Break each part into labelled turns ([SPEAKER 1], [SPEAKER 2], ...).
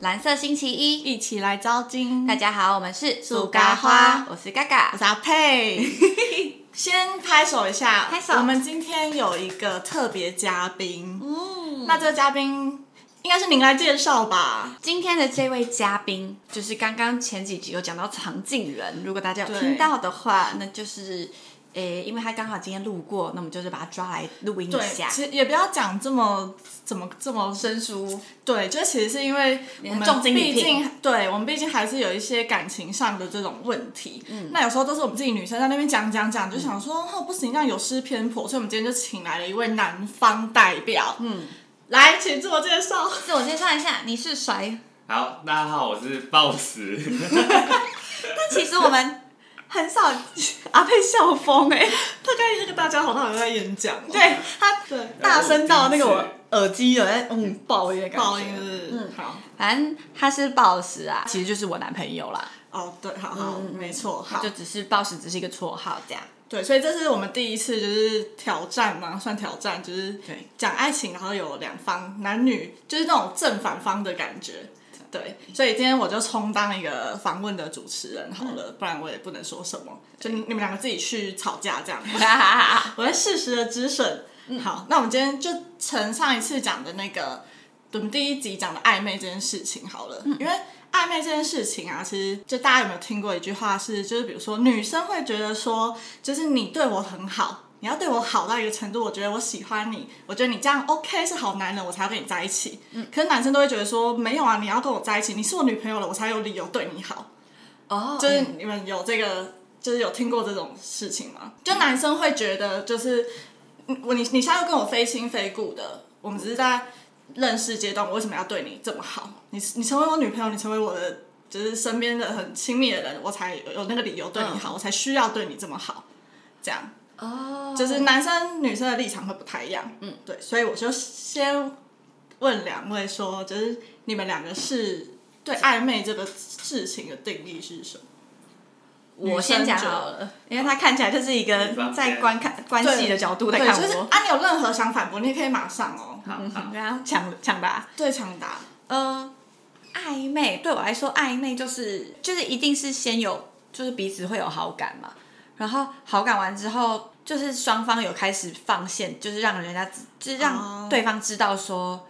[SPEAKER 1] 蓝色星期一，
[SPEAKER 2] 一起来招金。
[SPEAKER 1] 大家好，我们是
[SPEAKER 2] 树咖花
[SPEAKER 1] 嗯我是嘎嘎
[SPEAKER 2] 我。是阿佩。 先拍手一下，
[SPEAKER 1] 拍手
[SPEAKER 2] 我们今天有一个特别嘉宾，
[SPEAKER 1] 嗯，
[SPEAKER 2] 那这个嘉宾应该是您来介绍吧？
[SPEAKER 1] 今天的这位嘉宾就是刚刚前几集有讲到常静人，如果大家有听到的话，那就是诶，因为他刚好今天路过，那我们就是把他抓来录音一下。
[SPEAKER 2] 其实也不要讲这么怎么这么
[SPEAKER 1] 生疏，
[SPEAKER 2] 对，就其实是因为我们
[SPEAKER 1] 重金礼
[SPEAKER 2] 毕
[SPEAKER 1] 聘
[SPEAKER 2] 竟对我们毕竟还是有一些感情上的这种问题。嗯，那有时候都是我们自己女生在那边讲讲
[SPEAKER 1] 嗯
[SPEAKER 2] 讲，就想说、哦不行，这样有失偏颇，所以我们今天就请来了一位男方代表。嗯，来，请自我介绍。
[SPEAKER 1] 自我介绍一下，你是谁？
[SPEAKER 3] 好，大家好，我是暴食。
[SPEAKER 1] 但其实我们很少阿佩笑疯哎、
[SPEAKER 2] 他刚才那个大家好，他好像在演讲、
[SPEAKER 1] 对他
[SPEAKER 2] 对，
[SPEAKER 1] 大声到那个
[SPEAKER 3] 然后我
[SPEAKER 1] 我耳
[SPEAKER 3] 第一次
[SPEAKER 1] 机有在嗯爆音的感觉。
[SPEAKER 2] 报应是嗯好
[SPEAKER 1] 反正他是暴食啊，其实就是我男朋友啦，
[SPEAKER 2] 哦对，好好、
[SPEAKER 1] 嗯
[SPEAKER 2] 没错，好
[SPEAKER 1] 就只是暴食只是一个绰号这样。
[SPEAKER 2] 对，所以这是我们第一次就是挑战嘛，算挑战，就是
[SPEAKER 1] 对
[SPEAKER 2] 讲爱情，然后有两方男女，就是那种正反方的感觉。对，所以今天我就充当一个访问的主持人好了，不然我也不能说什么，就你你们两个自己去吵架这样。我会适时的止损。好，那我们今天就承上一次讲的那个，我们第一集讲的暧昧这件事情好了，因为暧昧这件事情啊，其实就大家有没有听过一句话是，就是比如说女生会觉得说，就是你对我很好。你要对我好到一个程度，我觉得我喜欢你，我觉得你这样 OK 是好男人，我才要跟你在一起。嗯，可是男生都会觉得说，没有啊，你要跟我在一起，你是我女朋友了，我才有理由对你好。
[SPEAKER 1] 哦，
[SPEAKER 2] 就是你们有这个，就是有听过这种事情吗？就男生会觉得，就是嗯我你你现在又跟我非亲非故的，我们只是在认识阶段，我为什么要对你这么好？你你成为我女朋友，你成为我的就是身边的很亲密的人，我才有有那个理由对你好，我才需要对你这么好，这样。
[SPEAKER 1] 哦，
[SPEAKER 2] 就是男生女生的立场会不太一样，嗯，对，所以我就先问两位说，就是你们两个是对暧昧这个事情的定义是什么？
[SPEAKER 1] 我先讲好了，因为他看起来就是一
[SPEAKER 3] 女
[SPEAKER 1] 个
[SPEAKER 3] 方
[SPEAKER 1] 在
[SPEAKER 3] 先
[SPEAKER 1] 关看关系的角度在
[SPEAKER 2] 对，
[SPEAKER 1] 看
[SPEAKER 2] 就是
[SPEAKER 1] 我，嗯
[SPEAKER 2] 啊，你有任何想反驳，你也可以马上哦，
[SPEAKER 3] 好好
[SPEAKER 1] 对啊，抢抢答。
[SPEAKER 2] 对抢答，
[SPEAKER 1] 呃，暧昧对我来说，暧昧就是就是一定是先有，就是彼此会有好感嘛，然后好感完之后，就是双方有开始放线，就是让人家知就是让
[SPEAKER 2] 哦
[SPEAKER 1] 对方知道说，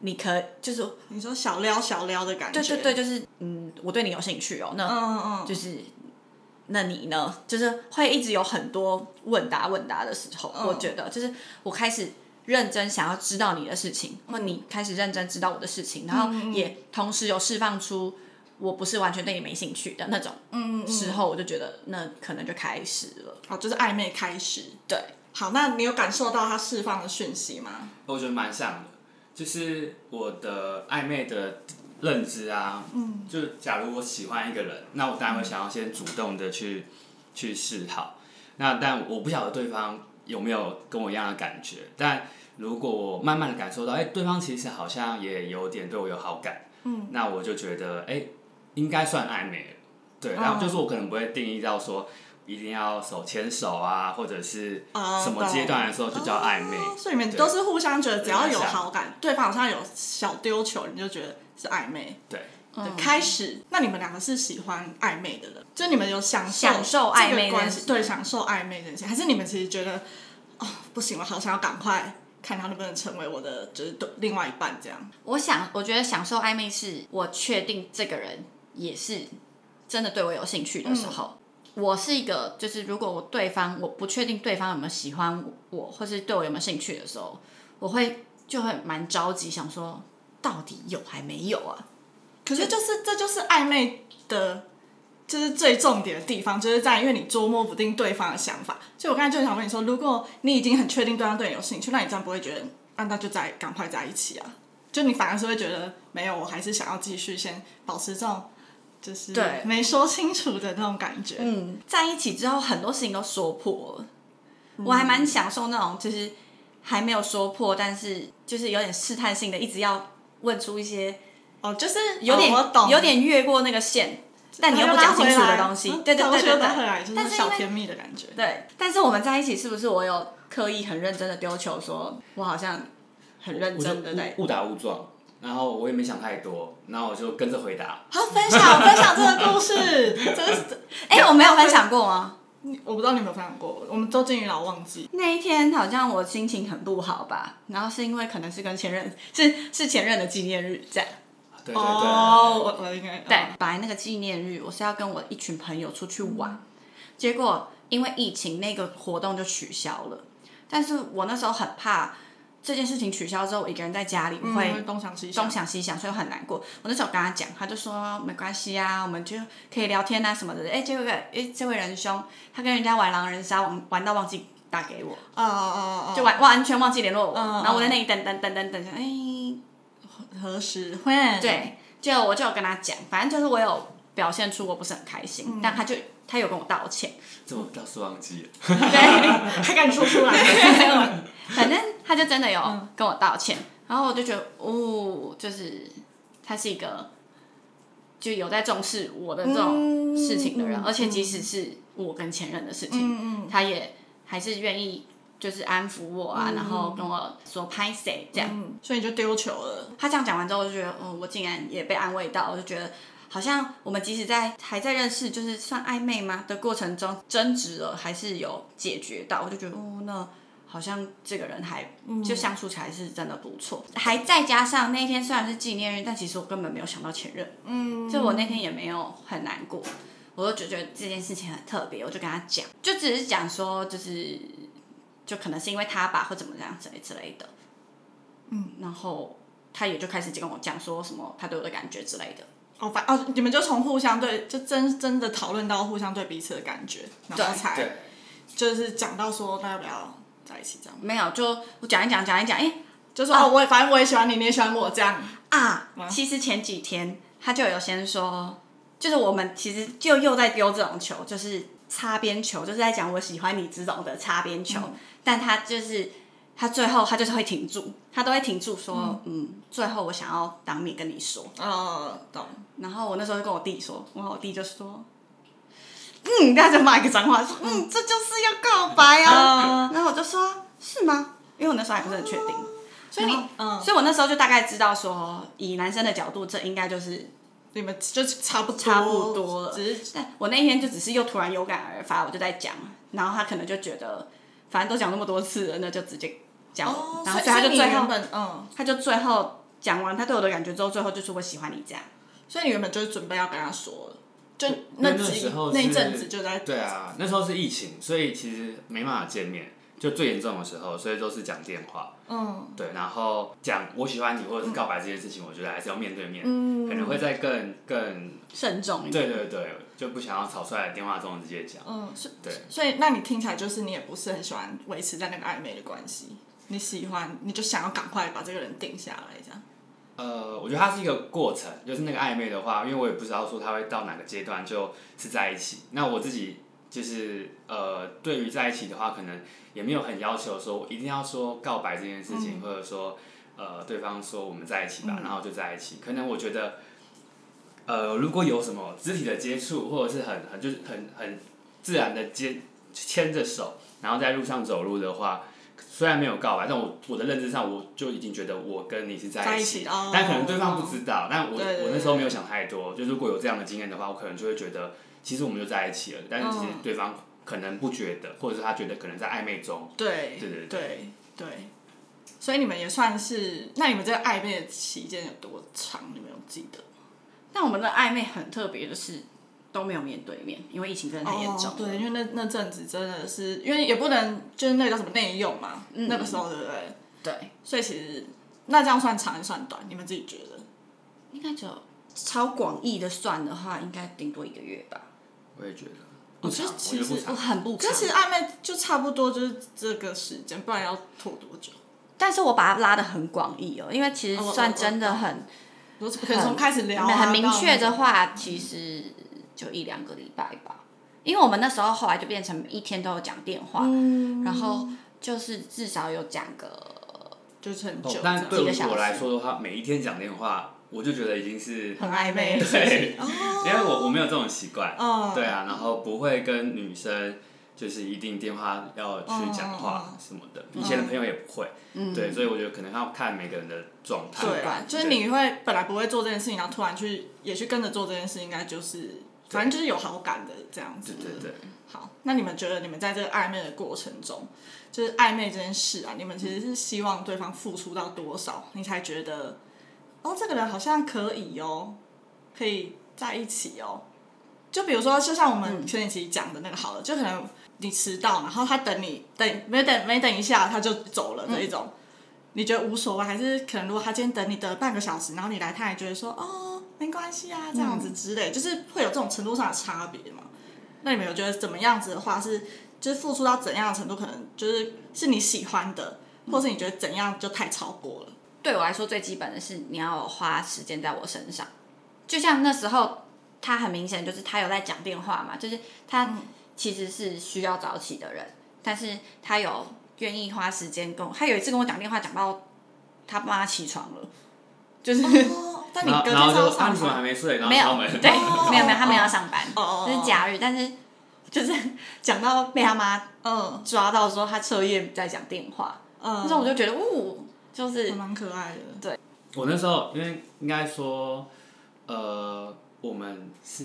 [SPEAKER 1] 你可就是
[SPEAKER 2] 你说小撩小撩的感觉，
[SPEAKER 1] 对对对，，就是嗯，我对你有兴趣哦，那
[SPEAKER 2] 嗯嗯嗯，
[SPEAKER 1] 就是那你呢？就是会一直有很多问答问答的时候，我觉得就是我开始认真想要知道你的事情，或你开始认真知道我的事情，然后也同时有释放出我不是完全对你没兴趣的那种
[SPEAKER 2] 嗯嗯嗯，
[SPEAKER 1] 时候，我就觉得那可能就开始了。
[SPEAKER 2] 好，就是暧昧开始。
[SPEAKER 1] 对，
[SPEAKER 2] 好，那你有感受到他释放的讯息吗？
[SPEAKER 3] 我觉得蛮像的，就是我的暧昧的认知啊，嗯，就假如我喜欢一个人，那我当然会想要先主动的去去示好，那但我不晓得对方有没有跟我一样的感觉，但如果我慢慢的感受到，哎、对方其实好像也有点对我有好感，嗯，那我就觉得，哎、应该算暧昧了，对，然后就是我可能不会定义到说。一定要手牵手啊，或者是
[SPEAKER 2] 哦
[SPEAKER 3] 什么阶段的时候就叫暧昧、
[SPEAKER 2] 哦所以你们
[SPEAKER 3] 对
[SPEAKER 2] 都是互相觉得，只要有
[SPEAKER 3] 对
[SPEAKER 2] 好感，对方好像有小丢球，你就觉得是暧昧
[SPEAKER 3] 对，
[SPEAKER 2] 的
[SPEAKER 1] 嗯
[SPEAKER 2] 开始。那你们两个是喜欢暧昧的人，就你们有享受
[SPEAKER 1] 享受
[SPEAKER 2] 这个
[SPEAKER 1] 暧昧
[SPEAKER 2] 关
[SPEAKER 1] 这件
[SPEAKER 2] 系，
[SPEAKER 1] 事
[SPEAKER 2] 对，享受暧昧这件事，还是你们其实觉得哦不行，我好想要赶快看他能不能成为我的就是对另外一半这样。
[SPEAKER 1] 我想，我觉得享受暧昧是我确定这个人也是真的对我有兴趣的时候。我是一个，就是如果我对方我不确定对方有没有喜欢我，或是对我有没有兴趣的时候，我会就会蛮着急，想说到底有还没有啊？
[SPEAKER 2] 可是就是这就是暧昧的，就是最重点的地方，就是在因为你捉摸不定对方的想法。所以我刚才就想问你说，如果你已经很确定对方对你有兴趣，那你这样不会觉得，啊，那就在赶快在一起啊？就你反而是会觉得，没有，我还是想要继续先保持这种，就是
[SPEAKER 1] 对
[SPEAKER 2] 没说清楚的那种感觉。嗯，
[SPEAKER 1] 嗯，在一起之后很多事情都说破了，我还蛮享受那种就是还没有说破，但是就是有点试探性的，一直要问出一些
[SPEAKER 2] 哦，就是
[SPEAKER 1] 有点、
[SPEAKER 2] 哦我懂，
[SPEAKER 1] 有点越过那个线，但你又不讲清楚的东西，对对对对
[SPEAKER 2] 拉回来就
[SPEAKER 1] 对，但
[SPEAKER 2] 是
[SPEAKER 1] 是
[SPEAKER 2] 小
[SPEAKER 1] 因为
[SPEAKER 2] 甜蜜的感觉。
[SPEAKER 1] 对，但是我们在一起是不是我有刻意很认真的丢球说，我好像很认
[SPEAKER 3] 我就
[SPEAKER 1] 真的在
[SPEAKER 3] 误误打误撞，然后我也没想太多，然后我就跟着回答。
[SPEAKER 2] 好，分享分享这 个故事， 真是
[SPEAKER 1] 哎、我没有分享过吗？
[SPEAKER 2] 你我不知道你有没有分享过，我们周静怡老忘记。
[SPEAKER 1] 那一天好像我心情很不好吧，然后是因为可能是跟前任是是前任的纪念日这样。
[SPEAKER 3] 对对对，
[SPEAKER 2] 哦，我我应该
[SPEAKER 1] 对，嗯本来那个纪念日我是要跟我一群朋友出去玩，
[SPEAKER 2] 嗯
[SPEAKER 1] 结果因为疫情那个活动就取消了。但是我那时候很怕这件事情取消之后，我一个人在家里
[SPEAKER 2] 嗯
[SPEAKER 1] 会
[SPEAKER 2] 会东想西想
[SPEAKER 1] 东。想西想，所以我很难过。我那时候跟他讲，他就说没关系啊，我们就可以聊天啊什么的。哎、这位哎这位仁兄，他跟人家玩狼人杀玩玩到忘记打给我，
[SPEAKER 2] 啊啊啊！
[SPEAKER 1] 就完完全忘记联络我。
[SPEAKER 2] 嗯
[SPEAKER 1] 然
[SPEAKER 2] 嗯
[SPEAKER 1] 后我在那里等等等等等，哎、
[SPEAKER 2] 何时会？，
[SPEAKER 1] 对，就我就有跟他讲，反正就是我有表现出我不是很开心，但他就他有跟我道 歉，
[SPEAKER 3] 这我倒是忘记了。
[SPEAKER 1] 对，
[SPEAKER 2] 还敢说出来？
[SPEAKER 1] 反正他就真的有跟我道歉，然后我就觉得，哦，就是他是一个就有在重视我的这种事情的人，
[SPEAKER 2] 嗯嗯
[SPEAKER 1] 而且即使是我跟前任的事情，
[SPEAKER 2] 嗯
[SPEAKER 1] 他也还是愿意就是安抚我啊，然后跟我说拍谁这样。
[SPEAKER 2] 嗯，所以你就丢球了。
[SPEAKER 1] 他这样讲完之后，我就觉得，嗯，我竟然也被安慰到，我就觉得好像我们即使在还在认识，就是算暧昧吗的过程中争执了，还是有解决到，我就觉得，哦，那好像这个人还就相处起来是真的不错。还再加上那一天虽然是纪念日，但其实我根本没有想到前任，
[SPEAKER 2] 嗯，
[SPEAKER 1] 就我那天也没有很难过，我就觉得这件事情很特别，我就跟他讲，就只是讲说就是就可能是因为他吧，或怎么样之类之类的，嗯，然后他也就开始跟我讲说什么他对我的感觉之类的，
[SPEAKER 2] 哦，反哦，你们就从互相对，就真真的讨论到互相对彼此的感觉，然后
[SPEAKER 1] 对
[SPEAKER 2] 才
[SPEAKER 3] 对，
[SPEAKER 2] 就是讲到说大家不要在一起这样，
[SPEAKER 1] 没有，就我讲一讲讲一讲，哎、
[SPEAKER 2] 就说哦，我也反正我也喜欢你，你也喜欢我这样。
[SPEAKER 1] 啊，其实前几天他就有先说，就是我们其实就又在丢这种球，就是擦边球，就是在讲我喜欢你这种的擦边球。但他就是他最后他就是会停住，他都会停住说，嗯最后我想要当面跟你说。
[SPEAKER 2] 哦，懂。
[SPEAKER 1] 然后我那时候就跟我弟说，然后我弟就说。嗯，他就骂一个脏话，说嗯，这就是要告白啊。
[SPEAKER 2] 嗯
[SPEAKER 1] 然后我就说是吗？因为我那时候还不是很确定。
[SPEAKER 2] 哦所以你
[SPEAKER 1] 然后
[SPEAKER 2] 嗯，
[SPEAKER 1] 所以我那时候就大概知道说，以男生的角度，这应该就是
[SPEAKER 2] 你们就差不多
[SPEAKER 1] 差不多了。
[SPEAKER 2] 只是
[SPEAKER 1] 但我那天就只是又突然有感而发，我就在讲，然后他可能就觉得，反正都讲那么多次了，那就直接讲我。
[SPEAKER 2] 哦，
[SPEAKER 1] 然后
[SPEAKER 2] 所以
[SPEAKER 1] 他
[SPEAKER 2] 所以
[SPEAKER 1] 就
[SPEAKER 2] 你
[SPEAKER 1] 最
[SPEAKER 2] 原
[SPEAKER 1] 后，
[SPEAKER 2] 本嗯，
[SPEAKER 1] 他就最后讲完他对我的感觉之后，最后就是我喜欢你这样。
[SPEAKER 2] 所以你原本就是准备要跟他说了，就
[SPEAKER 3] 那
[SPEAKER 2] 那
[SPEAKER 3] 那
[SPEAKER 2] 几
[SPEAKER 3] 时候
[SPEAKER 2] 那一
[SPEAKER 3] 是
[SPEAKER 2] 阵子就在
[SPEAKER 3] 对啊，那时候是疫情，所以其实没办法见面，就最严重的时候，所以都是讲电话。
[SPEAKER 2] 嗯
[SPEAKER 3] 对，然后讲我喜欢你或者是告白这件事情，我觉得还是要面对面，
[SPEAKER 2] 嗯
[SPEAKER 3] 可能会再更更
[SPEAKER 1] 慎重一点。
[SPEAKER 3] 对对对，就不想要草率地电话中直接讲。
[SPEAKER 2] 嗯，所以
[SPEAKER 3] 对
[SPEAKER 2] 所以那你听起来就是你也不是很喜欢维持在那个暧昧的关系，你喜欢你就想要赶快把这个人定下来这样。
[SPEAKER 3] 呃，我觉得它是一个过程，就是那个暧昧的话，因为我也不知道说他会到哪个阶段就是在一起。那我自己就是呃，对于在一起的话，可能也没有很要求说我一定要说告白这件事
[SPEAKER 2] 嗯
[SPEAKER 3] 情，或者说呃对方说我们在一起吧，然后就在一起。可能我觉得呃，如果有什么肢体的接触，或者是很很就是很很自然的接牵着手，然后在路上走路的话。虽然没有告白，但我我的认知上，我就已经觉得我跟你是
[SPEAKER 2] 在
[SPEAKER 3] 在
[SPEAKER 2] 一
[SPEAKER 3] 一
[SPEAKER 2] 起
[SPEAKER 3] 起，
[SPEAKER 2] 哦
[SPEAKER 3] 但可能对方不知道。但我
[SPEAKER 2] 对对
[SPEAKER 3] 我那时候没有想太多，就如果有这样的经验的话，我可能就会觉得其实我们就在一起了，
[SPEAKER 2] 嗯
[SPEAKER 3] 但是其实对方可能不觉得，或者是他觉得可能在暧昧中。
[SPEAKER 2] 对
[SPEAKER 3] 对对对
[SPEAKER 2] 对对所以你们也算是，那你们这个暧昧的期间有多长？你们有记得？
[SPEAKER 1] 但我们的暧昧很特别的是，都没有面对面，因为疫情真的太严重
[SPEAKER 2] 哦
[SPEAKER 1] 了。
[SPEAKER 2] 对，因为那那阵子真的是，因为也不能就是那个叫什么内用嘛，那个时候对不对？
[SPEAKER 1] 对，
[SPEAKER 2] 所以其实那这样算长还算短？你们自己觉得？
[SPEAKER 1] 应该只有超广义的算的话，应该顶多一个月吧。
[SPEAKER 3] 我也觉得不
[SPEAKER 2] 其实
[SPEAKER 3] 长，我觉得
[SPEAKER 2] 其
[SPEAKER 3] 不
[SPEAKER 2] 实
[SPEAKER 1] 我
[SPEAKER 3] 长。
[SPEAKER 1] 很不
[SPEAKER 2] 可
[SPEAKER 1] 长。
[SPEAKER 2] 是其实暧昧就差不多就是这个时间，不然要拖多久？
[SPEAKER 1] 但是我把它拉的很广义哦，因为其实算真的很
[SPEAKER 2] 如果可能哦从开始聊、啊、
[SPEAKER 1] 很明确的
[SPEAKER 2] 到
[SPEAKER 1] 话，其实就一两个礼拜吧。因为我们那时候后来就变成每一天都有讲电话，
[SPEAKER 2] 嗯
[SPEAKER 1] 然后就是至少有讲个
[SPEAKER 2] 就是很久
[SPEAKER 3] 哦
[SPEAKER 2] 这样、
[SPEAKER 3] 但对于我来说的话，每一天讲电话，我就觉得已经是
[SPEAKER 2] 很暧昧的事情哦
[SPEAKER 3] 对，因为我我没有这种习惯。
[SPEAKER 2] 嗯
[SPEAKER 3] 对啊，然后不会跟女生就是一定电话要去讲
[SPEAKER 2] 哦
[SPEAKER 3] 话什么的。以前的朋友也不会，对，所以我觉得可能要看每个人的状态。
[SPEAKER 2] 嗯对啊，就是你会本来不会做这件事情，然后突然去也去跟着做这件事，应该就是反正就是有好感的这样子。
[SPEAKER 3] 对对对。
[SPEAKER 2] 好，那你们觉得你们在这个暧昧的过程中，就是暧昧这件事啊，你们其实是希望对方付出到多少，你才觉得哦，这个人好像可以哦，可以在一起哦。就比如说，就像我们前几期讲的那个好了，就可能你迟到，然后他等你等没等没等一下他就走了这一种，你觉得无所谓，还是可能如果他今天等你等了半个小时，然后你来，他还觉得说哦没关系啊这样子之类，就是会有这种程度上的差别嘛。那你们有觉得怎么样子的话是，就是付出到怎样的程度，可能就是是你喜欢的，或是你觉得怎样就太超过了？
[SPEAKER 1] 对我来说最基本的是你要花时间在我身上。就像那时候，他很明显就是他有在讲电话嘛，就是他
[SPEAKER 2] 嗯
[SPEAKER 1] 其实是需要早起的人，但是他有愿意花时间跟我。他有一次跟我讲电话，讲到他妈起床了，就是、
[SPEAKER 2] 哦，但你
[SPEAKER 3] 然后
[SPEAKER 2] 隔天
[SPEAKER 3] 然后
[SPEAKER 2] 是要
[SPEAKER 3] 就啊
[SPEAKER 2] 上
[SPEAKER 3] 你怎么还
[SPEAKER 2] 班，
[SPEAKER 3] 没睡？然 后
[SPEAKER 1] 没有
[SPEAKER 3] 敲门，
[SPEAKER 1] 对，
[SPEAKER 2] 哦
[SPEAKER 1] 没有没有，他们要上班，
[SPEAKER 2] 哦哦
[SPEAKER 1] 就是假日，但是就是
[SPEAKER 2] 讲到
[SPEAKER 1] 被他妈
[SPEAKER 2] 嗯
[SPEAKER 1] 抓到说他彻夜在讲电话，
[SPEAKER 2] 嗯，
[SPEAKER 1] 那时候我就觉得，哦，就是
[SPEAKER 2] 还蛮可爱的，对，
[SPEAKER 3] 我那时候因为应该说，呃，我们是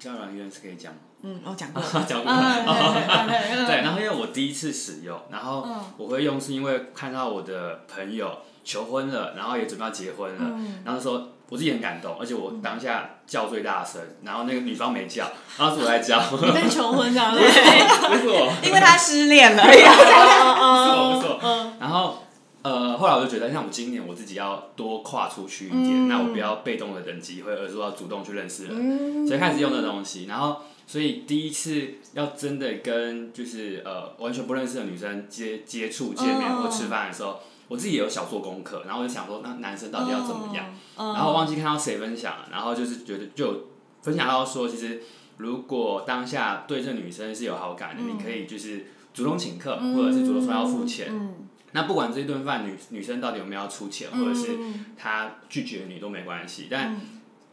[SPEAKER 3] 交友软件是可以讲吗，
[SPEAKER 1] 嗯，我讲过，
[SPEAKER 3] 讲过
[SPEAKER 2] 嗯，
[SPEAKER 3] 吗。
[SPEAKER 2] 对 嗯
[SPEAKER 3] 对，然后因为我第一次使用，然后我会用是因为看到我的朋友求婚了，然后也准备要结婚了，
[SPEAKER 2] 嗯
[SPEAKER 3] 然后说我自己很感动，而且我当下叫最大声，然后那个女方没叫，然后是我在叫，不
[SPEAKER 2] 被求婚这样子，
[SPEAKER 3] 是我，
[SPEAKER 1] 因为他失恋了，
[SPEAKER 3] 不错
[SPEAKER 2] 嗯
[SPEAKER 3] 不错。然后呃，后来我就觉得，像我今年我自己要多跨出去一
[SPEAKER 2] 嗯
[SPEAKER 3] 点，那我不要被动的等机会，而是说要主动去认识
[SPEAKER 2] 嗯
[SPEAKER 3] 人，所以开始用这东西。然后，所以第一次要真的跟就是呃完全不认识的女生接接触、见面
[SPEAKER 2] 嗯
[SPEAKER 3] 或吃饭的时候。我自己也有小做功课，然后我就想说，那男生到底要怎么样？
[SPEAKER 2] 嗯？
[SPEAKER 3] 然后忘记看到谁分享了，然后就是觉得就有分享到说，其实如果当下对这女生是有好
[SPEAKER 2] 嗯
[SPEAKER 3] 感的，你可以就是主动请客，或者是主动说要付钱。
[SPEAKER 2] 嗯
[SPEAKER 3] 那不管这一顿饭女女生到底有没有要出钱，或者是她拒绝你都没关系。但、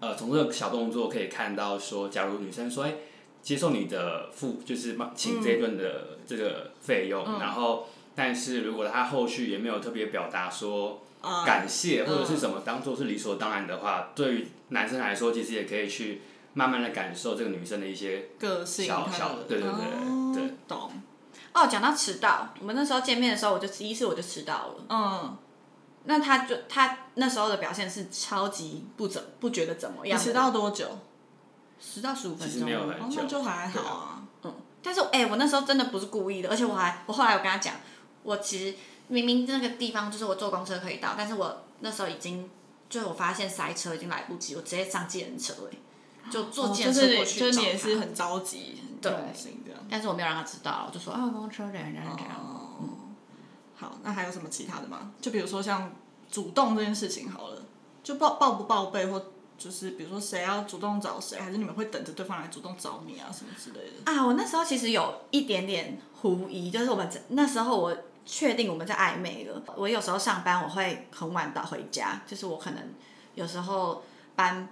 [SPEAKER 3] 呃，从这个小动作可以看到说，假如女生说哎、接受你的付，就是帮请这一顿的这个费用，然后但是如果她后续也没有特别表达说。
[SPEAKER 2] 啊，
[SPEAKER 3] 感谢或者是什么当做是理所当然的话，对于男生来说，其实也可以去慢慢的感受这个女生的一些
[SPEAKER 2] 个性
[SPEAKER 3] 小
[SPEAKER 2] 他的
[SPEAKER 3] 小，对对对
[SPEAKER 2] 哦
[SPEAKER 3] 对，
[SPEAKER 2] 懂，
[SPEAKER 1] 哦，讲到迟到，我们那时候见面的时候，我就第一次我就迟到了。
[SPEAKER 2] 嗯，
[SPEAKER 1] 那他就他那时候的表现是超级不怎不觉得怎么
[SPEAKER 2] 你
[SPEAKER 1] 样，
[SPEAKER 2] 迟到多久？
[SPEAKER 1] 十到十五分
[SPEAKER 3] 其实没有
[SPEAKER 1] 钟。
[SPEAKER 3] 很
[SPEAKER 2] 哦，
[SPEAKER 3] 久
[SPEAKER 2] 那，就还好啊，
[SPEAKER 1] 但是哎、我那时候真的不是故意的，而且我还我后来我跟他讲，我其实明明那个地方就是我坐公车可以到，但是我那时候已经就是我发现塞车已经来不及，我直接上计程车哎、就坐
[SPEAKER 2] 哦
[SPEAKER 1] 计
[SPEAKER 2] 就
[SPEAKER 1] 程车过
[SPEAKER 2] 是
[SPEAKER 1] 去、
[SPEAKER 2] 就是你也是，很着急，
[SPEAKER 1] 对
[SPEAKER 2] 很用心这样。
[SPEAKER 1] 但是我没有让他知道，我就说啊，我公车人人这
[SPEAKER 2] 哦
[SPEAKER 1] 样，
[SPEAKER 2] 好，那还有什么其他的吗？就比如说像主动这件事情好了，就报报不报备，或就是比如说谁要主动找谁，还是你们会等着对方来主动找你啊什么之类的。
[SPEAKER 1] 啊，我那时候其实有一点点狐疑，就是我们在那时候我确定我们在暧昧了。我有时候上班我会很晚到回家，就是我可能有时候班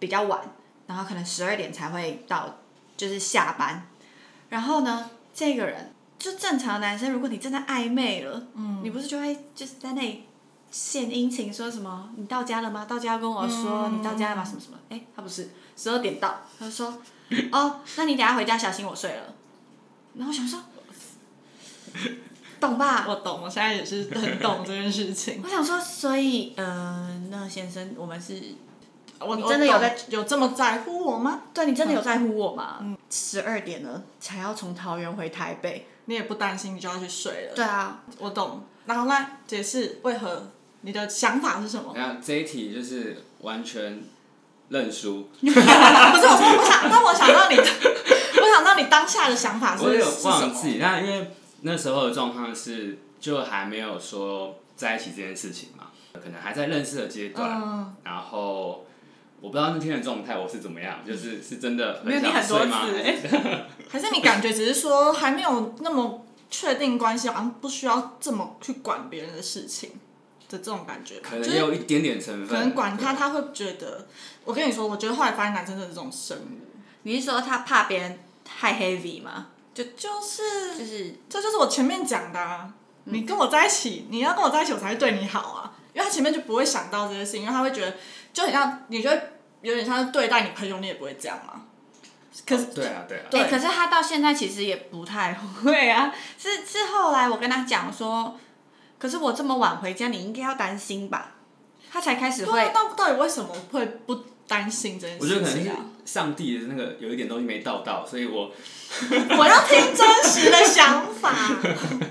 [SPEAKER 1] 比较晚，然后可能十二点才会到，就是下班。然后呢，这个人就正常的男生，如果你真的暧昧了，嗯，你不是就会就是在那里献殷勤，说什么你到家了吗？到家要跟我说、你到家了吗？什么什么？哎，他不是十二点到，他就说哦，那你等一下回家小心我睡了。然后我想说，懂吧？
[SPEAKER 2] 我懂，我现在也是很懂这件事情。
[SPEAKER 1] 我想说，所以，呃，那先生，我们是
[SPEAKER 2] 我
[SPEAKER 1] 你
[SPEAKER 2] 我
[SPEAKER 1] 真的有
[SPEAKER 2] 懂
[SPEAKER 1] 在
[SPEAKER 2] 有这么在乎我吗？
[SPEAKER 1] 对啊你真的有在乎我吗？十二、点了才要从桃园回台北。
[SPEAKER 2] 你也不担心，你就要去睡了。
[SPEAKER 1] 对，啊，
[SPEAKER 2] 我懂。然后来解释为何你的想法是什么？
[SPEAKER 3] 然后这一题就是完全认输，
[SPEAKER 2] 不是我说，我想，那我想到你， 我想到你当下的想法是
[SPEAKER 3] 我有
[SPEAKER 2] 是什
[SPEAKER 3] 忘
[SPEAKER 2] 么？
[SPEAKER 3] 记，那因为那时候的状况是就还没有说在一起这件事情嘛，可能还在认识的阶段，
[SPEAKER 2] 嗯，
[SPEAKER 3] 然后。我不知道那天的状态我是怎么样，就是是真的
[SPEAKER 2] 没有
[SPEAKER 3] 很
[SPEAKER 2] 你
[SPEAKER 3] 想
[SPEAKER 2] 很多
[SPEAKER 3] 睡吗？
[SPEAKER 2] 次、欸， 还是你感觉只是说还没有那么确定关系，好像不需要这么去管别人的事情的这种感觉吧，
[SPEAKER 3] 可
[SPEAKER 2] 就
[SPEAKER 3] 能也
[SPEAKER 2] 是
[SPEAKER 3] 有一点点成分，
[SPEAKER 2] 可能管他，他会觉得。我跟你说，我觉得后来发现男生真的是这种生物，
[SPEAKER 1] 你是说他怕别人太 heavy 吗？
[SPEAKER 2] 就就是
[SPEAKER 1] 就是
[SPEAKER 2] 这就是我前面讲的、啊，你跟我在一起，你要跟我在一起，我才会对你好啊。因为他前面就不会想到这些事情，因为他会觉得就很像，你就会有点像是对待你朋友，你也不会这样嘛。可是
[SPEAKER 3] 对啊，对啊，
[SPEAKER 1] 哎、可是他到现在其实也不太会啊。是是后来我跟他讲说，可是我这么晚回家，你应该要担心吧？他才开始
[SPEAKER 2] 对啊
[SPEAKER 1] 会，
[SPEAKER 2] 到到底为什么会不担心这件
[SPEAKER 3] 我觉
[SPEAKER 2] 事
[SPEAKER 3] 得可能
[SPEAKER 2] 情
[SPEAKER 3] 是
[SPEAKER 2] 啊？
[SPEAKER 3] 上帝的那个有一点东西没到到，所以我
[SPEAKER 1] 啊
[SPEAKER 2] 我要听真实的想法，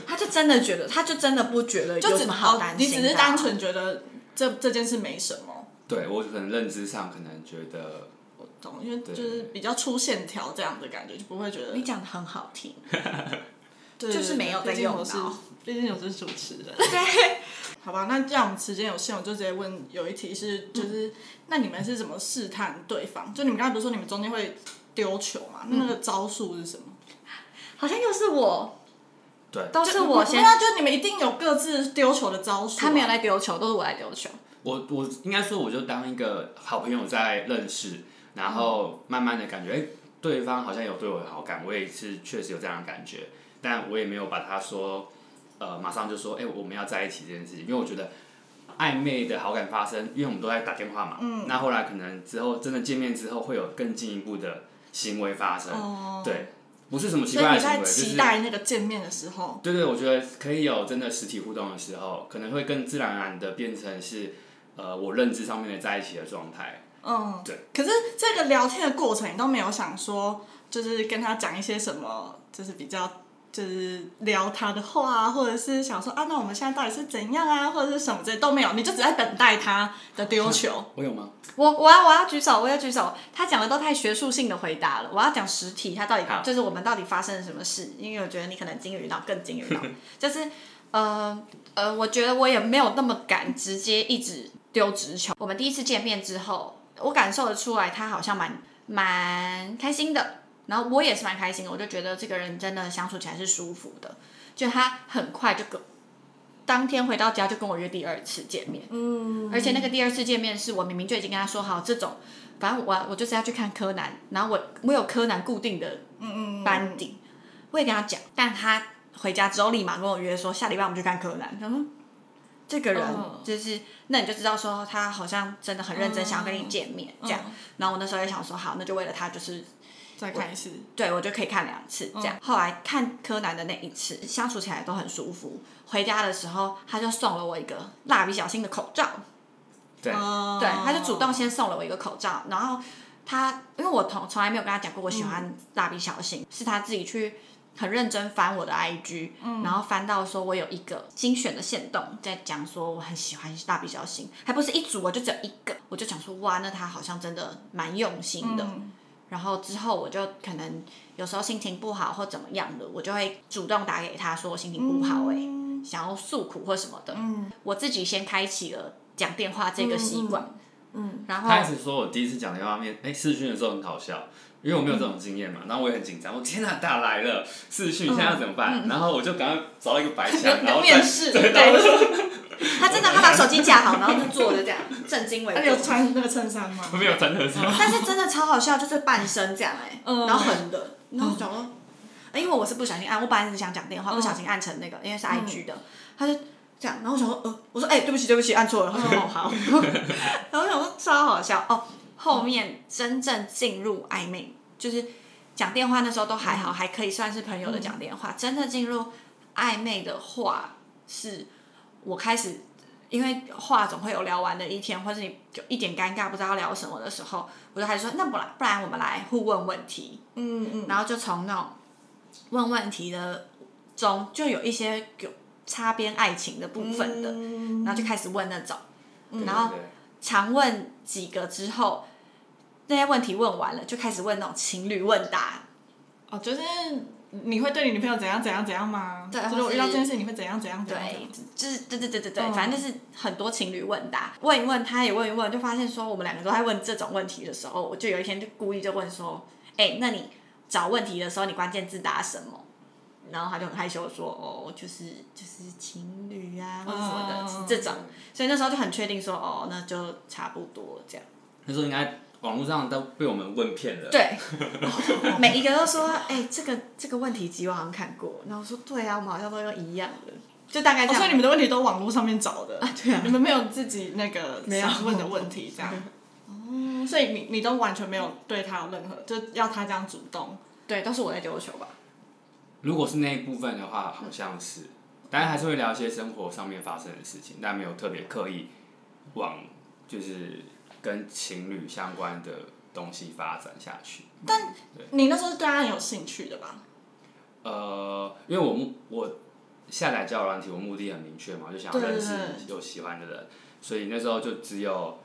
[SPEAKER 1] 他就真的觉得， 他就哦真的不觉得
[SPEAKER 2] 就
[SPEAKER 1] 有
[SPEAKER 2] 只
[SPEAKER 1] 什么好担
[SPEAKER 2] 你
[SPEAKER 1] 心的
[SPEAKER 2] 只是单纯觉得这这件事没什么。
[SPEAKER 3] 对我可能认知上可能觉得
[SPEAKER 2] 我懂，因为就是比较粗线条这样的感觉，就不会觉得
[SPEAKER 1] 你讲的很好听，
[SPEAKER 2] 对
[SPEAKER 1] 就是没有在用脑
[SPEAKER 2] 毕竟我是毕竟我是主持 人。对， 好吧，那这样我们时间有限，我就直接问有一题是，就是、
[SPEAKER 1] 嗯
[SPEAKER 2] 那你们是怎么试探对方？就你们刚才不是说你们中间会丢球嘛？那那
[SPEAKER 1] 嗯
[SPEAKER 2] 个招数是什么？
[SPEAKER 1] 好像又是我，
[SPEAKER 3] 对
[SPEAKER 1] 都是我先
[SPEAKER 2] 对，啊，就是你们一定有各自丢球的招数、啊
[SPEAKER 1] 他没有，来丢球，都是我来丢球。
[SPEAKER 3] 我我应该说，我就当一个好朋友在认识，然后慢慢的感觉，哎、对方好像有对我有好感，我也是确实有这样的感觉，但我也没有把他说，呃，马上就说，哎、我们要在一起这件事情，因为我觉得暧昧的好感发生，因为我们都在打电话嘛，
[SPEAKER 2] 嗯
[SPEAKER 3] 那后来可能之后真的见面之后，会有更进一步的行为发生，
[SPEAKER 2] 哦
[SPEAKER 3] 对，不是什么奇
[SPEAKER 2] 所以
[SPEAKER 3] 怪
[SPEAKER 2] 你
[SPEAKER 3] 的行为，
[SPEAKER 2] 在
[SPEAKER 3] 就
[SPEAKER 2] 期
[SPEAKER 3] 是
[SPEAKER 2] 待那个见面的时候，
[SPEAKER 3] 对对，我觉得可以有真的实体互动的时候，可能会更自然而然的变成是，呃，我认知上面的在一起的状态。
[SPEAKER 2] 嗯，
[SPEAKER 3] 对。
[SPEAKER 2] 可是这个聊天的过程，你都没有想说，就是跟他讲一些什么，就是比较就是聊他的话啊，或者是想说啊，那我们现在到底是怎样啊，或者是什么之类都没有，你就只在等待他的丢球。
[SPEAKER 3] 我有吗？
[SPEAKER 1] 我我要我要举手，我要举手。他讲的都太学术性的回答了，我要讲实体，他到底
[SPEAKER 3] 好
[SPEAKER 1] 就是我们到底发生了什么事？因为我觉得你可能金鱼脑更金鱼脑，就是呃呃，我觉得我也没有那么敢直接一直丢直球。我们第一次见面之后，我感受得出来，他好像蛮蛮开心的，然后我也是蛮开心的，我就觉得这个人真的相处起来是舒服的，就他很快就跟。当天回到家就跟我约第二次见面，
[SPEAKER 2] 嗯，
[SPEAKER 1] 而且那个第二次见面是我明明就已经跟他说好，这种反正我我就是要去看柯南，然后我我有柯南固定的
[SPEAKER 2] 嗯嗯
[SPEAKER 1] 班底，我也跟他讲，但他回家之后立马跟我约说下礼拜我们去看柯南，他说这个人
[SPEAKER 2] 嗯
[SPEAKER 1] 就是、那你就知道说他好像真的很认真
[SPEAKER 2] 嗯
[SPEAKER 1] 想要跟你见面、这样，然后我那时候也想说好，那就为了他就是
[SPEAKER 2] 再看一次。
[SPEAKER 1] 对我就可以看两次这样。后来看柯南的那一次，相处起来都很舒服。回家的时候，他就送了我一个蜡笔小新的口罩，
[SPEAKER 3] 对，
[SPEAKER 2] 哦
[SPEAKER 1] 对，他就主动先送了我一个口罩，然后他因为我从从来没有跟他讲过我喜欢蜡笔小新，是他自己去很认真翻我的 IG，、然
[SPEAKER 2] 嗯
[SPEAKER 1] 后翻到说我有一个精选的线动，在讲说我很喜欢蜡笔小新，还不是一组哦，我就只有一个，我就想说哇，那他好像真的蛮用心的。
[SPEAKER 2] 嗯
[SPEAKER 1] 然后之后我就可能有时候心情不好或怎么样的，我就会主动打给他说我心情不好哎、想要诉苦或什么的。
[SPEAKER 2] 嗯
[SPEAKER 1] 我自己先开启了讲电话这个习惯，
[SPEAKER 2] 嗯，
[SPEAKER 1] 然后
[SPEAKER 3] 他一直说我第一次讲电话面，哎，视讯的时候很好笑，因为我没有这种经验嘛，然后我也很紧张，我天哪，打来了，视讯现在要怎么办？然后我就赶快找到一个白 墙，然后再
[SPEAKER 2] 面试，
[SPEAKER 3] 对，然后
[SPEAKER 2] 对。
[SPEAKER 1] 他真的他把手机架好，然后就坐着这样，正襟 危
[SPEAKER 2] 那你有
[SPEAKER 1] 坐。
[SPEAKER 2] 穿那个衬衫吗？
[SPEAKER 3] 没有真的是，
[SPEAKER 1] 但是真的超好笑，就是半身这样哎、
[SPEAKER 2] 嗯
[SPEAKER 1] 然后横的，然后我想说，因为我是不小心按，我本来是想讲电
[SPEAKER 2] 嗯
[SPEAKER 1] 话，不小心按成那个，因为是 IG 的，他就这样，然后我想说，呃，我说哎、对不起对不起，按错了，他说哦好，然后我想说超好笑哦。后面真正进入暧昧，就是讲电话那时候都还
[SPEAKER 2] 嗯
[SPEAKER 1] 好，还可以算是朋友的讲电话。真正进入暧昧的话，是我开始，因为话总会有聊完的一天，或是你就一点尴尬不知道聊什么的时候，我就还说那不然不然我们来互问问题，
[SPEAKER 2] 嗯嗯，
[SPEAKER 1] 然后就从那种问问题的中就有一些有擦边爱情的部分的，
[SPEAKER 2] 嗯
[SPEAKER 1] 然后就开始问那种。嗯然
[SPEAKER 3] 对
[SPEAKER 1] 后常问几个之后，那些问题问完了，就开始问那种情侣问答。
[SPEAKER 2] 哦，就是你会对你女朋友怎样怎样怎样吗？
[SPEAKER 1] 对
[SPEAKER 2] 就是我遇到这件事，你会怎样怎样怎样哦怎
[SPEAKER 1] 对
[SPEAKER 2] 样？，
[SPEAKER 1] 就是对对对对对，
[SPEAKER 2] 嗯
[SPEAKER 1] 反正就是很多情侣问答，问一问，他也问一问，就发现说我们两个都在问这种问题的时候，我就有一天就故意就问说，哎，那你找问题的时候，你关键字打什么？然后他就很害羞地说，哦，就是就是情侣啊，或者什么的、
[SPEAKER 2] 嗯
[SPEAKER 1] 这种，所以那时候就很确定说，哦，那就差不多这样。
[SPEAKER 3] 那时候应该网络上都被我们问遍 了。
[SPEAKER 1] 对，每一个都说，哎、这个这个问题集我好像看过，然后我说对啊，我们好像都用一样的，就大概这
[SPEAKER 2] 哦，
[SPEAKER 1] 样。
[SPEAKER 2] 所以你们的问题都网络上面找的，
[SPEAKER 1] 对啊
[SPEAKER 2] 你们没有自己那个
[SPEAKER 1] 没有
[SPEAKER 2] 想问的问题 这样。哦，所以你你都完全没有对他有任何，就要他这样主动。
[SPEAKER 1] 对，都是我在丢球吧？
[SPEAKER 3] 如果是那一部分的话，好像是，当然还是会聊一些生活上面发生的事情，但没有特别刻意往就是跟情侣相关的东西发展下去。
[SPEAKER 2] 你那时候对他很有兴趣的吧？
[SPEAKER 3] 呃，因为我目我下载交友软体，我目的很明确嘛，就想要
[SPEAKER 2] 对对
[SPEAKER 3] 认识
[SPEAKER 2] 对
[SPEAKER 3] 有喜欢的人，所以那时候就只有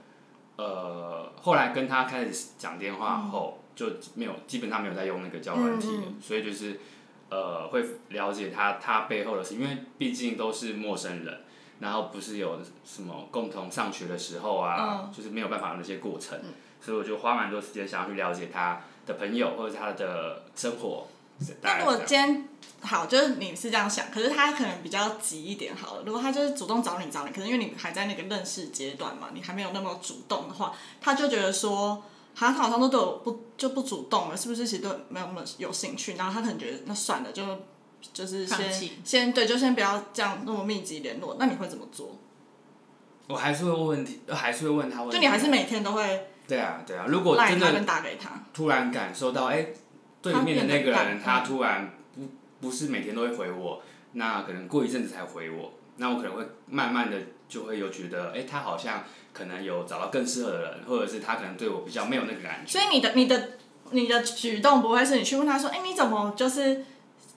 [SPEAKER 3] 呃，后来跟他开始讲电话
[SPEAKER 2] 嗯
[SPEAKER 3] 后，就没有基本上没有再用那个交友软体了，所以就是呃会了解他他背后的事，因为毕竟都是陌生人。然后不是有什么共同上学的时候啊，
[SPEAKER 2] 嗯
[SPEAKER 3] 就是没有办法有那些过程，所以我就花蛮多时间想要去了解他的朋友或者是他的生活。大概
[SPEAKER 2] 那如果
[SPEAKER 3] 这样
[SPEAKER 2] 今天好，就是你是这样想，可是他可能比较急一点好了。如果他就是主动找你找你，可能因为你还在那个认识阶段嘛，你还没有那么主动的话，他就觉得说，好像他好像都对我不就不主动了，是不是？其实对我没有那么有兴趣，然后他可能觉得那算了，就就是
[SPEAKER 1] 放
[SPEAKER 2] 先
[SPEAKER 1] 弃
[SPEAKER 2] 先对，就先不要这样那么密集联络。那你会怎么做？
[SPEAKER 3] 我还是会问问题，呃还是会问他问题。
[SPEAKER 2] 就你还是每天都会
[SPEAKER 3] 对啊对啊，如果
[SPEAKER 2] 赖
[SPEAKER 3] 真
[SPEAKER 2] 他跟
[SPEAKER 3] 的
[SPEAKER 2] 打给他，
[SPEAKER 3] 突然感受到，哎、对面的那个
[SPEAKER 2] 他变
[SPEAKER 3] 人
[SPEAKER 2] 得
[SPEAKER 3] 他突然不不是每天都会回我，那可能过一阵子才回我，那我可能会慢慢的就会有觉得，哎、他好像可能有找到更适合的人，或者是他可能对我比较没有那个感觉。
[SPEAKER 2] 所以你的你的你的举动不会是你去问他说，哎、你怎么就是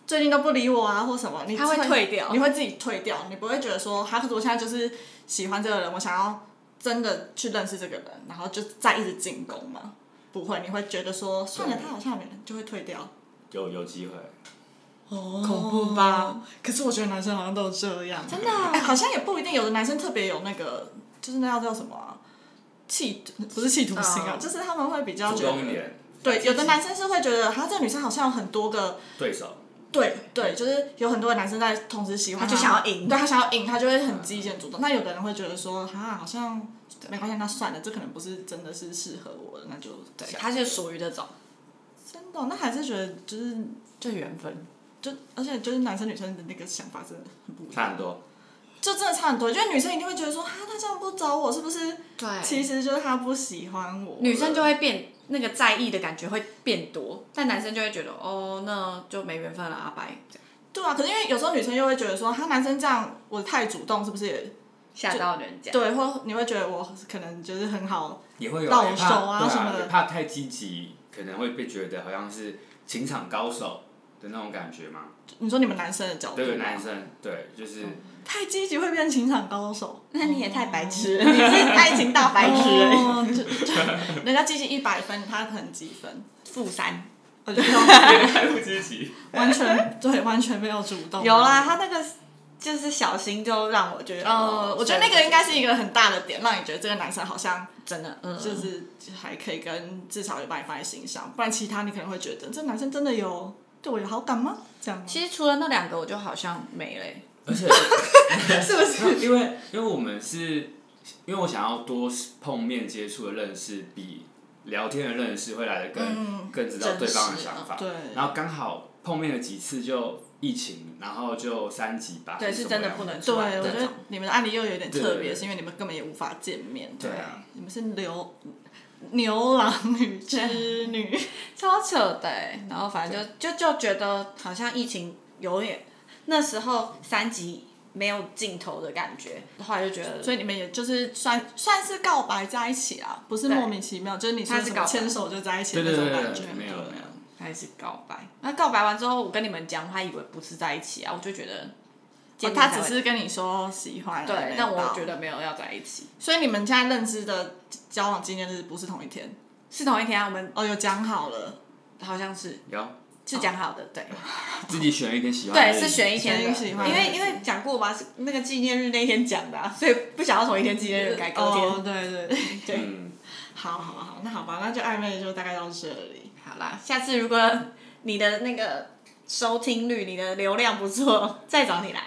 [SPEAKER 2] 最近都不理我啊，或什么？你
[SPEAKER 1] 他会退掉
[SPEAKER 2] 你会自己退掉，你不会觉得说，哈，可是我现在就是喜欢这个人，我想要真的去认识这个人，然后就再一直进攻嘛？不会，你会觉得说，算了，他好像也没人，就会退掉。
[SPEAKER 3] 有有机会，
[SPEAKER 2] 恐怖吧？哦可是我觉得男生好像都这样，真
[SPEAKER 1] 的啊
[SPEAKER 2] 哎、好像也不一定，有的男生特别有那个，就是那叫叫什么啊、企不是企图心啊
[SPEAKER 1] 哦
[SPEAKER 2] 就是他们会比较
[SPEAKER 3] 主
[SPEAKER 2] 觉得
[SPEAKER 3] 动一点，
[SPEAKER 2] 对，有的男生是会觉得，他这个女生好像有很多个，
[SPEAKER 3] 对手。
[SPEAKER 2] 对对，就是有很多的男生在同时喜欢她，
[SPEAKER 1] 他就想要赢
[SPEAKER 2] 对他想要赢，他就会很积极很主动。那有的人会觉得说，啊，好像没关系，那算了，这可能不是真的是适合我的，那就对
[SPEAKER 1] 他是属于这种，
[SPEAKER 2] 真的哦，那还是觉得就是
[SPEAKER 1] 就缘分。
[SPEAKER 2] 就，而且就是男生女生的那个想法真的很不一样，
[SPEAKER 3] 差很多，
[SPEAKER 2] 就真的差很多。就是女生一定会觉得说，啊，他这样不找我，是不是？
[SPEAKER 1] 对
[SPEAKER 2] 其实就是他不喜欢我了。
[SPEAKER 1] 女生就会变那个在意的感觉会变多，但男生就会觉得哦，那就没缘分了，阿白这样
[SPEAKER 2] 对啊，可是因为有时候女生又会觉得说，他男生这样我太主动，是不是也
[SPEAKER 1] 吓到人家。
[SPEAKER 2] 对，或你会觉得我可能就是很好，
[SPEAKER 3] 也会有
[SPEAKER 2] 到
[SPEAKER 3] 害怕
[SPEAKER 2] 手啊
[SPEAKER 3] 对
[SPEAKER 2] 什么的
[SPEAKER 3] 也怕太积极，可能会被觉得好像是情场高手的那种感觉嘛。
[SPEAKER 2] 你说你们男生的角度吗，
[SPEAKER 3] 对男生，对，就是
[SPEAKER 1] 嗯
[SPEAKER 2] 太积极会变情场高手，
[SPEAKER 1] 那你也太白痴了，你是爱情大白痴而已。
[SPEAKER 2] 哦就 就 人家积极一百分，他可能几分，
[SPEAKER 1] 负三
[SPEAKER 2] 我觉得
[SPEAKER 3] 还不积极。
[SPEAKER 2] 完全对，完全没有主动。啊
[SPEAKER 1] 有啦，，他那个就是小心就让哦我觉得，
[SPEAKER 2] 呃，我觉得那个应该是一个很大的点，让你觉得这个男生好像
[SPEAKER 1] 真的，嗯，
[SPEAKER 2] 就是还可以跟至少有把你放在心上，不然其他你可能会觉得这男生真的有对我有好感吗？这样吗？
[SPEAKER 1] 其实除了那两个，我就好像没了欸、
[SPEAKER 3] 而且
[SPEAKER 1] 是不是？
[SPEAKER 3] 因为因为我们是，因为我想要多碰面接触的认识，比聊天的认识会来的更、
[SPEAKER 1] 嗯
[SPEAKER 3] 更知道对方的想法。
[SPEAKER 2] 真实啊对
[SPEAKER 3] 然后刚好碰面了几次就疫情，然后就三级吧。
[SPEAKER 1] 对，
[SPEAKER 3] 还
[SPEAKER 1] 是
[SPEAKER 3] 什么
[SPEAKER 1] 真的
[SPEAKER 3] 样
[SPEAKER 1] 不能
[SPEAKER 2] 对，
[SPEAKER 1] 出来
[SPEAKER 2] 我
[SPEAKER 1] 这
[SPEAKER 2] 觉得
[SPEAKER 1] 种。
[SPEAKER 2] 你们的案例又有点特
[SPEAKER 3] 对对
[SPEAKER 2] 别，
[SPEAKER 3] 对
[SPEAKER 2] 是因为你们根本也无法见面。
[SPEAKER 3] 对啊，
[SPEAKER 2] 你们是牛牛郎 女织女，
[SPEAKER 1] 超扯的欸、然后反正就就就觉得好像疫情有点那时候三级没有尽头的感觉，后来就觉得
[SPEAKER 2] 所以你们也就是算算是告白在一起啊，不是
[SPEAKER 1] 对
[SPEAKER 2] 莫名其妙，就是你说
[SPEAKER 1] 他是
[SPEAKER 2] 什
[SPEAKER 1] 告
[SPEAKER 2] 么
[SPEAKER 1] 白
[SPEAKER 2] 牵手就在一起
[SPEAKER 3] 对
[SPEAKER 2] 那
[SPEAKER 3] 对
[SPEAKER 2] 种
[SPEAKER 3] 对
[SPEAKER 2] 感
[SPEAKER 3] 对
[SPEAKER 2] 觉
[SPEAKER 3] 对，，没有
[SPEAKER 2] 对
[SPEAKER 3] 没有。
[SPEAKER 1] 开始告白。那告白完之后，我跟你们讲，我还以为不是在一起啊，我就觉得见面
[SPEAKER 2] 哦他
[SPEAKER 1] 才会、
[SPEAKER 2] 只是跟你说喜欢，
[SPEAKER 1] 对，
[SPEAKER 2] 没有
[SPEAKER 1] 但我
[SPEAKER 2] 到
[SPEAKER 1] 觉，得没有要在一起。
[SPEAKER 2] 所以你们现在认知的交往纪念日不是同一天
[SPEAKER 1] 是同一天、啊，我们
[SPEAKER 2] 哦，有讲好了，
[SPEAKER 1] 好像是
[SPEAKER 3] 有
[SPEAKER 1] 是讲好的，对。
[SPEAKER 3] 自己选一天喜欢的
[SPEAKER 1] 对，
[SPEAKER 3] 日子。
[SPEAKER 1] 是选一天
[SPEAKER 2] 哦选一
[SPEAKER 1] 的，
[SPEAKER 2] 喜
[SPEAKER 1] 因
[SPEAKER 2] 欢的
[SPEAKER 1] 为因为讲过嘛，是那个纪念日那一天讲的、啊，所以不想要从一天纪念日改隔天。
[SPEAKER 2] 哦，对对对，
[SPEAKER 3] 嗯，
[SPEAKER 2] 好好好，那好吧，那就暧昧就大概到这里。
[SPEAKER 1] 好啦，下次如果你的那个收听率、你的流量不错，再找你来。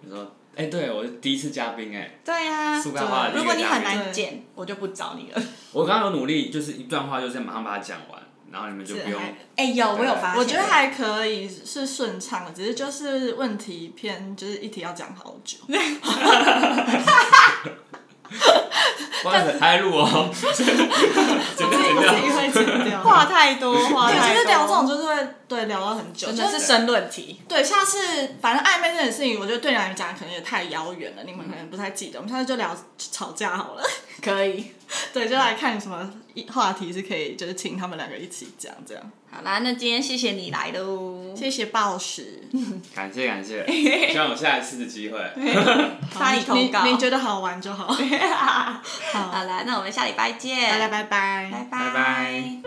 [SPEAKER 3] 你说哎、对我第一次嘉宾哎、
[SPEAKER 1] 对呀、
[SPEAKER 3] 苏干话的一个
[SPEAKER 1] 如果你
[SPEAKER 3] 嘉
[SPEAKER 1] 很
[SPEAKER 3] 宾
[SPEAKER 1] 难剪，我就不找你了。
[SPEAKER 3] 我刚刚有努力，就是一段话，就是马上把它讲完，然后你们就不用。
[SPEAKER 1] 哎、有我有发现，
[SPEAKER 2] 我觉得还可以，是顺畅的，只是就是问题偏，就是一题要讲好久。
[SPEAKER 3] 哇塞，还在录哦，剪掉剪
[SPEAKER 2] 我自
[SPEAKER 3] 掉。
[SPEAKER 2] 己会剪掉。
[SPEAKER 1] 话太 多，话
[SPEAKER 2] 对，
[SPEAKER 1] 太多，
[SPEAKER 2] 就是聊这种就是会对聊到很久，
[SPEAKER 1] 真
[SPEAKER 2] 就
[SPEAKER 1] 的是申论题。
[SPEAKER 2] 对，下次反正暧昧这件事情，我觉得对你来讲可能也太遥远了，你们可能不太记得。我们下次就聊吵架好了，
[SPEAKER 1] 可以。
[SPEAKER 2] 对，就来看有什么一话题是可以，就是请他们两个一起讲这样。
[SPEAKER 1] 好啦，那今天谢谢你来喽，
[SPEAKER 2] 谢谢暴食，
[SPEAKER 3] 感谢感谢，希望有下一次的机会。
[SPEAKER 1] 发你投稿
[SPEAKER 2] 你你觉得好 玩就好。好，
[SPEAKER 1] 好啦，那我们下礼拜见，
[SPEAKER 2] 大家拜拜，
[SPEAKER 1] 拜拜
[SPEAKER 3] 拜拜